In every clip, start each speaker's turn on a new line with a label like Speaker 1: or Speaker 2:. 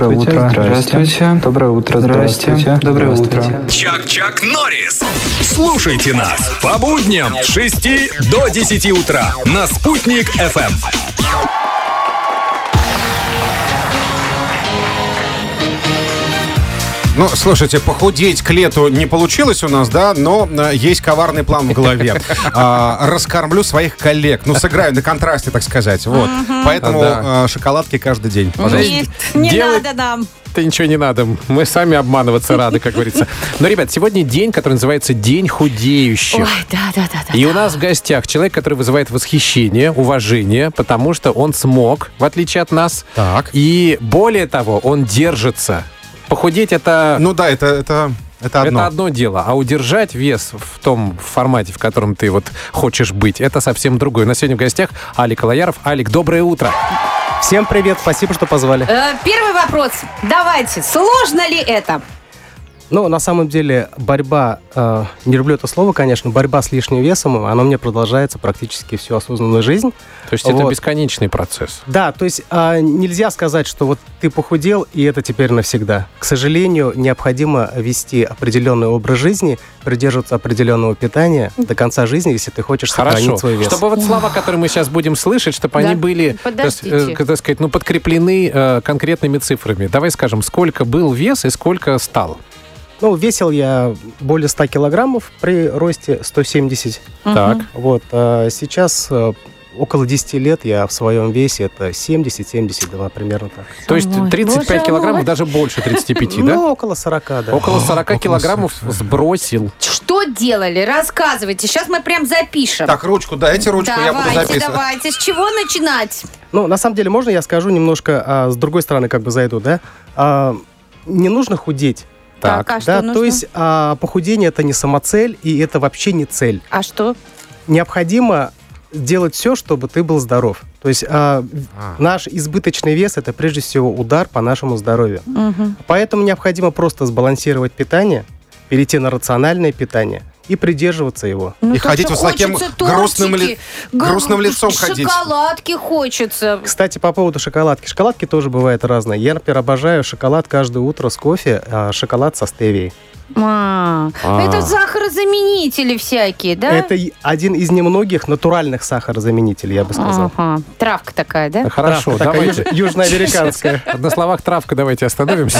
Speaker 1: Доброе утро.
Speaker 2: Здравствуйте.
Speaker 1: Доброе утро.
Speaker 2: Здрасте.
Speaker 1: Здравствуйте.
Speaker 2: Доброе
Speaker 1: Здравствуйте.
Speaker 3: Чак-Чак Норрис. Слушайте нас по будням с 6 до 10 утра на Спутник Эм». FM.
Speaker 4: Ну, слушайте, похудеть к лету не получилось у нас, да, но э, есть коварный план в голове. А, Раскормлю своих коллег. Ну, сыграю на контрасте, так сказать. Вот. Поэтому
Speaker 5: Да.
Speaker 4: э, шоколадки каждый день.
Speaker 5: Пожалуйста.
Speaker 6: Нет, не
Speaker 5: Делай-
Speaker 6: надо нам.
Speaker 5: Это ничего не надо. Мы сами обманываться рады, как говорится. Но, ребят, сегодня день, который называется День худеющих.
Speaker 6: Ой, да, да, да, да.
Speaker 5: И у нас в гостях человек, который вызывает восхищение, уважение, потому что он смог, в отличие от нас.
Speaker 4: Так.
Speaker 5: И более того, он держится. Похудеть это...
Speaker 4: Ну да, это, это, это
Speaker 5: Это
Speaker 4: одно.
Speaker 5: одно дело, а удержать вес в том формате, в котором ты вот хочешь быть, это совсем другое. На сегодня в гостях Алик Лояров. Алик, доброе утро.
Speaker 7: Всем привет, спасибо, что позвали.
Speaker 6: Э, Первый вопрос. Давайте, сложно ли это?
Speaker 7: Ну, на самом деле, борьба, э, не люблю это слово, конечно, борьба с лишним весом, она мне продолжается практически всю осознанную жизнь.
Speaker 5: То есть это
Speaker 7: Вот.
Speaker 5: бесконечный процесс.
Speaker 7: Да, то есть а, нельзя сказать, что вот ты похудел, и это теперь навсегда. К сожалению, необходимо вести определенный образ жизни, придерживаться определенного питания до конца жизни, если ты хочешь
Speaker 5: Хорошо.
Speaker 7: сохранить свой вес.
Speaker 5: Чтобы вот слова, которые мы сейчас будем слышать, чтобы
Speaker 6: Да.
Speaker 5: они были, так с- э,
Speaker 6: Подождите.
Speaker 5: так сказать, ну, подкреплены э, конкретными цифрами. Давай скажем, сколько был вес и сколько стал.
Speaker 7: Ну, весил я более 100 килограммов при росте 170.
Speaker 5: Так.
Speaker 7: Вот, а сейчас э, около 10 лет я в своем весе, это 70-72 примерно так.
Speaker 5: То есть
Speaker 6: Ой,
Speaker 5: 35
Speaker 6: боже
Speaker 5: килограммов,
Speaker 6: мой.
Speaker 5: даже больше 35,
Speaker 7: Ну,
Speaker 5: да?
Speaker 7: около 40, да.
Speaker 5: Около 40 килограммов сбросил.
Speaker 6: Что делали? Рассказывайте. Сейчас мы прям запишем.
Speaker 4: Так, ручку дайте, ручку, я буду
Speaker 6: давайте,
Speaker 4: записывать.
Speaker 6: давайте. С чего начинать?
Speaker 7: Ну, на самом деле, можно я скажу немножко, а, с другой стороны как бы зайду, да? А, не нужно худеть,
Speaker 5: Так.
Speaker 6: а что
Speaker 7: да?
Speaker 6: нужно?
Speaker 7: То есть а, похудение – это не самоцель, и это вообще не цель.
Speaker 6: А что?
Speaker 7: Необходимо делать все, чтобы ты был здоров. То есть а, наш избыточный вес – это прежде всего удар по нашему здоровью.
Speaker 6: Мгм.
Speaker 7: Поэтому необходимо просто сбалансировать питание, перейти на рациональное питание и придерживаться его.
Speaker 6: Ну,
Speaker 4: И
Speaker 6: то,
Speaker 4: ходить
Speaker 6: что
Speaker 4: вот с таким
Speaker 6: хочется,
Speaker 4: грустным ли-
Speaker 6: тортики, г-
Speaker 4: грустным лицом ходить.
Speaker 6: Шоколадки хочется.
Speaker 7: Кстати, по поводу шоколадки. Шоколадки тоже бывают разные. Я, например, обожаю шоколад каждое утро с кофе, а, шоколад со стевией.
Speaker 6: А,
Speaker 5: А.
Speaker 6: Это сахарозаменители всякие, да?
Speaker 7: Это и- один из немногих натуральных сахарозаменителей, я бы сказал.
Speaker 6: Ага. Травка такая, да?
Speaker 5: Хорошо,
Speaker 7: Травка такая
Speaker 5: давайте.
Speaker 7: юж- южноамериканская.
Speaker 5: На словах травка давайте остановимся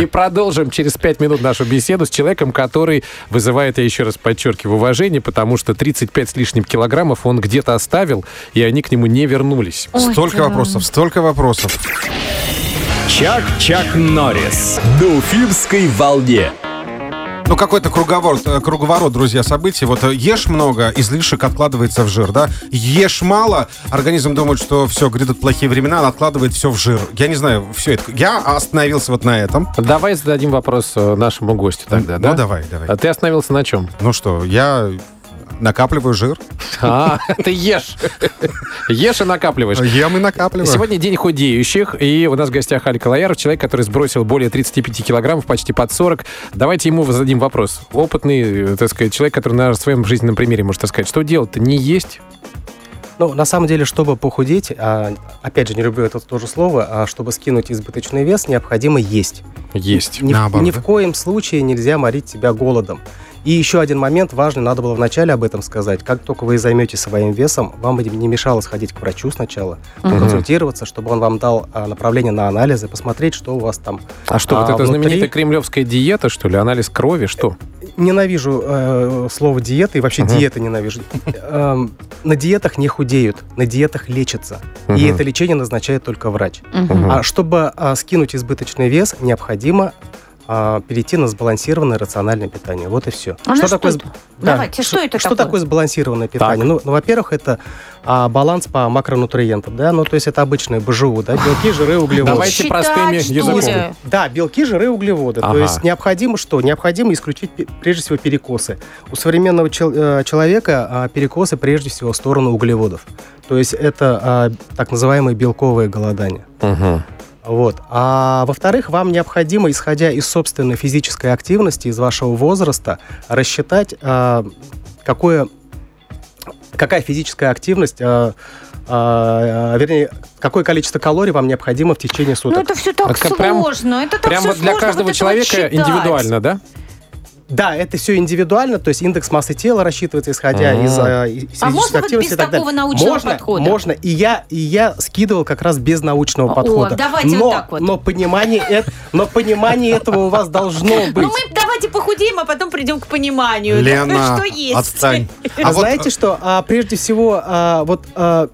Speaker 5: и продолжим через пять минут нашу беседу с человеком, который вызывает, я еще раз подчеркиваю, уважение, потому что 35 с лишним килограммов он где-то оставил, и они к нему не вернулись.
Speaker 6: Ой,
Speaker 4: Столько
Speaker 6: да.
Speaker 4: вопросов, столько вопросов.
Speaker 3: Чак-Чак Норрис. На уфимской волне.
Speaker 4: Ну, какой-то круговорот, э, круговорот, друзья, событий. Вот э, ешь много, излишек откладывается в жир, да? Ешь мало, организм думает, что все, грядут плохие времена, он откладывает все в жир. Я не знаю, все это... Я остановился вот на этом.
Speaker 5: Давай зададим вопрос э, нашему гостю тогда,
Speaker 4: Ну,
Speaker 5: да?
Speaker 4: давай, давай.
Speaker 5: А ты остановился на чем?
Speaker 4: Ну что, я накапливаю жир.
Speaker 5: А, ты ешь. Ешь и накапливаешь.
Speaker 4: Ем и накапливаю.
Speaker 5: Сегодня день худеющих, и у нас в гостях Алик Лояров, человек, который сбросил более 35 килограммов, почти под 40. Давайте ему зададим вопрос. Опытный, э, так сказать, человек, который на своем жизненном примере может так сказать, что делать-то, не есть?
Speaker 7: Ну, на самом деле, чтобы похудеть, а, опять же, не люблю это тоже слово, а чтобы скинуть избыточный вес, необходимо есть.
Speaker 5: Есть.
Speaker 7: Ни, в-
Speaker 4: Наоборот,
Speaker 7: ни
Speaker 4: да?
Speaker 7: в коем случае нельзя морить себя голодом. И еще один момент важный, надо было вначале об этом сказать. Как только вы займете своим весом, вам бы не мешало сходить к врачу сначала, консультироваться, чтобы он вам дал а, направление на анализы, посмотреть, что у вас там.
Speaker 5: А что, вот
Speaker 7: А
Speaker 5: эта
Speaker 7: внутри-
Speaker 5: знаменитая кремлевская диета, что ли, анализ крови, что?
Speaker 7: Ненавижу э, слово диета и вообще
Speaker 5: Мгм.
Speaker 7: диеты ненавижу. Эм, на диетах не худеют, на диетах лечатся. И
Speaker 5: Мгм.
Speaker 7: это лечение назначает только врач.
Speaker 6: Мгм.
Speaker 5: Мгм.
Speaker 7: А чтобы а, скинуть избыточный вес, необходимо а, перейти на сбалансированное рациональное питание. Вот и все.
Speaker 6: А ну что
Speaker 7: сб-
Speaker 6: это?
Speaker 7: Да.
Speaker 6: Давайте, что это
Speaker 7: Что
Speaker 6: такое?
Speaker 7: такое сбалансированное питание?
Speaker 5: Так.
Speaker 7: Ну, ну, во-первых, это а, баланс по макронутриентам, да, ну, то есть это обычное БЖУ, да, белки, жиры, углеводы.
Speaker 5: Давайте
Speaker 6: Считать,
Speaker 5: простыми
Speaker 6: что
Speaker 5: языком.
Speaker 6: ли?
Speaker 7: Да, белки, жиры, углеводы.
Speaker 5: Ага.
Speaker 7: То есть необходимо что? Необходимо исключить пе- прежде всего перекосы. У современного чел- э, человека а, перекосы прежде всего в сторону углеводов. То есть это а, так называемое белковое голодание.
Speaker 5: Мгм.
Speaker 7: Вот. А во-вторых, вам необходимо, исходя из собственной физической активности, из вашего возраста, рассчитать, а, какое какая физическая активность, а, а, вернее, какое количество калорий вам необходимо в течение суток.
Speaker 6: Ну это все так
Speaker 5: Это прям-
Speaker 6: сложно. это так
Speaker 5: Прямо
Speaker 6: всё
Speaker 5: для
Speaker 6: сложно
Speaker 5: каждого
Speaker 6: вот это
Speaker 5: человека
Speaker 6: вот считать.
Speaker 5: индивидуально, да?
Speaker 7: Да, это все индивидуально, то есть индекс массы тела рассчитывается, исходя
Speaker 5: А.
Speaker 7: из, э, и- и физической
Speaker 6: можно вот без
Speaker 7: активности и так далее.
Speaker 6: такого научного
Speaker 7: можно,
Speaker 6: подхода?
Speaker 7: Можно, и я, и я скидывал как раз без научного
Speaker 6: О,
Speaker 7: подхода.
Speaker 6: давайте вот
Speaker 7: но,
Speaker 6: так вот.
Speaker 7: Но понимание, эт- но понимание этого у вас должно быть.
Speaker 6: Ну мы давайте похудеем, а потом придем к пониманию.
Speaker 4: Лена,
Speaker 6: что есть.
Speaker 4: отстань.
Speaker 7: А
Speaker 4: вот,
Speaker 7: знаете что, а, прежде всего, а, вот а,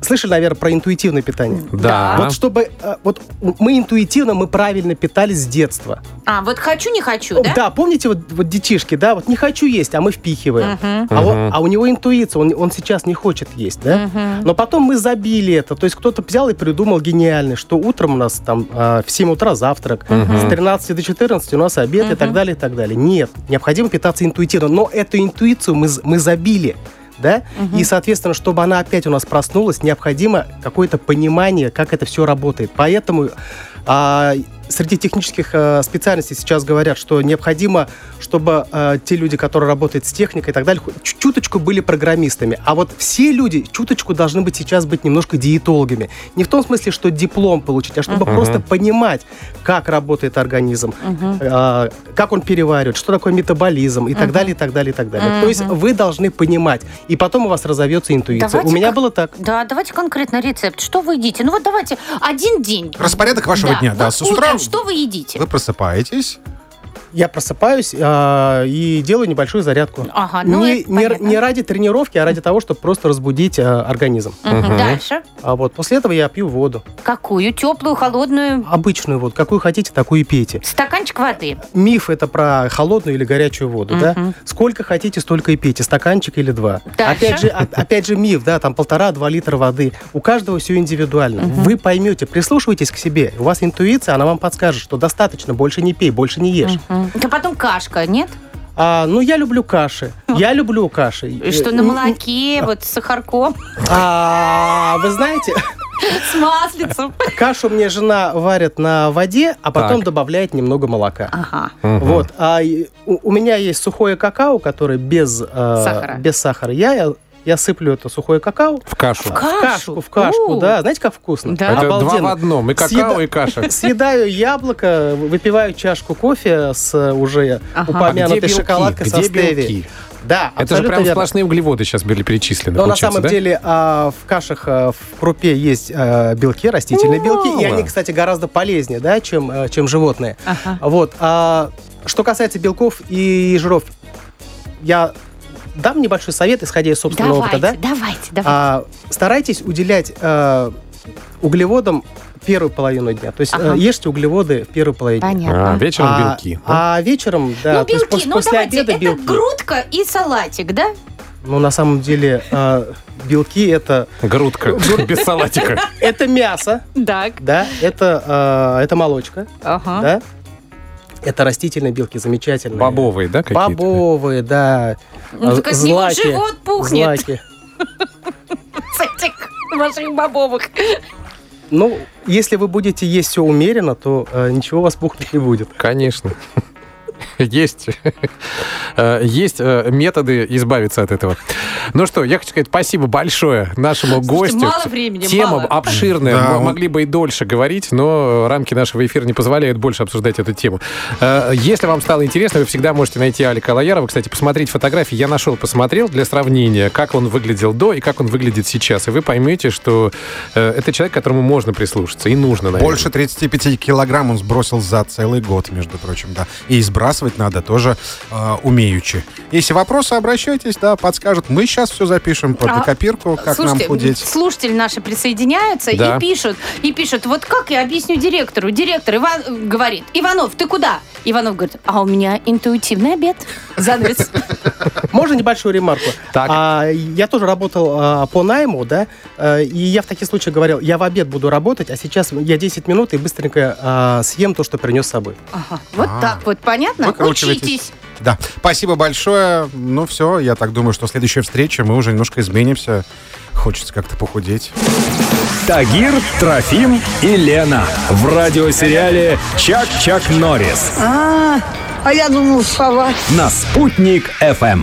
Speaker 7: слышали, наверное, про интуитивное питание?
Speaker 5: Да.
Speaker 7: Вот чтобы, а, вот у- мы интуитивно, мы правильно питались с детства.
Speaker 6: А, вот хочу, не хочу, да?
Speaker 7: помните, вот, вот детишки, да, вот не хочу есть, а мы впихиваем. А, вот- а у него интуиция, он, он сейчас не хочет есть, да? Но потом мы забили это. То есть кто-то взял и придумал гениальный, что утром у нас там а, в 7 утра завтрак, с 13 до 14 у нас обед и так далее, и так далее. Нет, необходимо питаться интуитивно. Но эту интуицию мы, з- мы забили. Да? И, соответственно, чтобы она опять у нас проснулась, необходимо какое-то понимание, как это все работает. Поэтому а, среди технических э, специальностей сейчас говорят, что необходимо, чтобы э, те люди, которые работают с техникой и так далее, хоть чу- чуточку были программистами. А вот все люди чуточку должны быть сейчас быть немножко диетологами. Не в том смысле, что диплом получить, а чтобы просто понимать, как работает организм, э, как он переваривает, что такое метаболизм и так далее, и так далее, и так далее. То есть вы должны понимать, и потом у вас разовьется интуиция.
Speaker 6: Давайте
Speaker 7: у меня
Speaker 6: как-
Speaker 7: было так.
Speaker 6: Да, давайте конкретно рецепт. Что вы едите? Ну вот давайте один день.
Speaker 4: э, Распорядок вашего дня, да.
Speaker 6: Вот
Speaker 4: С утра
Speaker 6: утром что вы едите?
Speaker 4: вы просыпаетесь.
Speaker 7: Я просыпаюсь а, и делаю небольшую зарядку.
Speaker 6: Ага, ну
Speaker 7: не,
Speaker 6: это
Speaker 7: не р-
Speaker 6: понятно.
Speaker 7: не ради тренировки, а ради того, чтобы просто разбудить а, организм.
Speaker 6: Мгм. Дальше.
Speaker 7: А вот после этого я пью воду.
Speaker 6: Какую? Теплую, холодную?
Speaker 7: Обычную воду. Какую хотите, такую и пейте.
Speaker 6: Стаканчик воды.
Speaker 7: Миф это про холодную или горячую воду, да?
Speaker 6: Мгм.
Speaker 7: Сколько хотите, столько и пейте. Стаканчик или два.
Speaker 6: Дальше.
Speaker 7: Опять же, о- опять же миф, да, там полтора-два литра воды. У каждого все индивидуально. Вы поймете, прислушивайтесь к себе. У вас интуиция, она вам подскажет, что достаточно, больше не пей, больше не ешь.
Speaker 6: Мгм. Да потом кашка, нет?
Speaker 7: А, ну, я люблю каши. Я люблю каши.
Speaker 6: И Что на молоке, вот с сахарком,
Speaker 7: А, вы знаете,
Speaker 6: с маслицем.
Speaker 7: кашу мне жена варит на воде, а потом
Speaker 5: Так.
Speaker 7: добавляет немного молока.
Speaker 6: Ага.
Speaker 7: Вот. А и у, у меня есть сухое какао, которое без э,
Speaker 6: Сахара.
Speaker 7: без сахара. Я, я я сыплю это сухое какао.
Speaker 5: В кашу.
Speaker 6: Как?
Speaker 7: В
Speaker 6: Кашу?
Speaker 7: кашку, в кашку,
Speaker 6: У.
Speaker 7: да. Знаете, как вкусно?
Speaker 6: Да.
Speaker 5: Это два в
Speaker 7: Обалденно.
Speaker 5: одном. И какао,
Speaker 7: Съеда-
Speaker 5: и каша.
Speaker 7: Съедаю яблоко, выпиваю чашку кофе с уже
Speaker 6: Ага.
Speaker 5: А где
Speaker 7: упомянутой
Speaker 5: белки?
Speaker 7: шоколадкой со
Speaker 5: Где
Speaker 7: стеви.
Speaker 5: белки?
Speaker 7: Да,
Speaker 5: Это же
Speaker 7: абсолютно
Speaker 5: прям
Speaker 7: верно.
Speaker 5: сплошные углеводы сейчас были перечислены.
Speaker 7: Но на
Speaker 5: получается,
Speaker 7: самом
Speaker 5: да?
Speaker 7: деле а, в кашах, а, в крупе есть а, белки, растительные белки, и
Speaker 5: Мало.
Speaker 7: они, кстати, гораздо полезнее, да, чем, а, чем животные.
Speaker 6: Ага.
Speaker 7: Вот. а, что касается белков и жиров, я дам небольшой совет, исходя из собственного
Speaker 6: Давайте,
Speaker 7: опыта, да?
Speaker 6: давайте, давайте.
Speaker 7: А, старайтесь уделять а, углеводам первую половину дня. То есть
Speaker 6: Ага.
Speaker 7: э, ешьте углеводы в первую половину дня.
Speaker 5: А,
Speaker 6: Понятно.
Speaker 5: вечером
Speaker 7: А-
Speaker 5: белки. да?
Speaker 7: А, вечером, да,
Speaker 6: ну,
Speaker 7: то есть
Speaker 6: белки,
Speaker 7: пос-
Speaker 6: ну
Speaker 7: после
Speaker 6: давайте,
Speaker 7: обеда
Speaker 6: это
Speaker 7: белки.
Speaker 6: грудка и салатик, да?
Speaker 7: Ну, на самом деле, э, белки это,
Speaker 5: Грудка
Speaker 7: а,
Speaker 5: без салатика.
Speaker 7: это мясо,
Speaker 6: Так.
Speaker 7: да, это, э, это молочка,
Speaker 6: Ага.
Speaker 7: да, это растительные белки, замечательные.
Speaker 5: Бобовые, да, какие-то?
Speaker 7: Бобовые, да.
Speaker 6: Ну, так от него
Speaker 7: злаки,
Speaker 6: живот пухнет.
Speaker 7: Злаки.
Speaker 6: С этих ваших бобовых.
Speaker 7: Ну, если вы будете есть все умеренно, то э, ничего у вас пухнуть не будет.
Speaker 5: Конечно. Есть. Э, Есть э, методы избавиться от этого. Ну что, я хочу сказать спасибо большое нашему
Speaker 6: Слушайте,
Speaker 5: гостю.
Speaker 6: мало времени,
Speaker 5: Тема
Speaker 6: мало.
Speaker 5: обширная.
Speaker 4: Да,
Speaker 5: Мы
Speaker 4: он-
Speaker 5: могли бы и дольше говорить, но рамки нашего эфира не позволяют больше обсуждать эту тему. Э, Если вам стало интересно, вы всегда можете найти Алика Лоярова. Кстати, посмотреть фотографии. Я нашел, посмотрел для сравнения, как он выглядел до и как он выглядит сейчас. И вы поймете, что э, это человек, к которому можно прислушаться и нужно, наверное.
Speaker 4: Больше 35 килограмм он сбросил за целый год, между прочим, да. И сбрасывать надо тоже э, умеючи. Если вопросы, обращайтесь, да, подскажут. Мы сейчас все запишем под
Speaker 6: А,
Speaker 4: копирку, как
Speaker 6: Слушайте,
Speaker 4: нам худеть.
Speaker 6: слушатели наши присоединяются
Speaker 5: Да.
Speaker 6: и пишут, и пишут, вот как я объясню директору? Директор Иван э, говорит, Иванов, ты куда? Иванов говорит, а у меня интуитивный обед. Занавес.
Speaker 7: Можно небольшую ремарку?
Speaker 5: Так.
Speaker 7: А, я тоже работал а, по найму, да, э, и я в таких случаях говорил, я в обед буду работать, а сейчас я 10 минут и быстренько а, съем то, что принес с собой.
Speaker 6: Ага, Вот
Speaker 4: А.
Speaker 6: так вот, понятно?
Speaker 4: Выкручивайтесь.
Speaker 6: Учитесь.
Speaker 4: Да. Спасибо большое. Ну все, я так думаю, что следующая встреча мы уже немножко изменимся. Хочется как-то похудеть.
Speaker 3: Тагир, Трофим и Лена в радиосериале «Чак-Чак Норрис»
Speaker 1: А, а я думал сова.
Speaker 3: на «Спутник ФМ».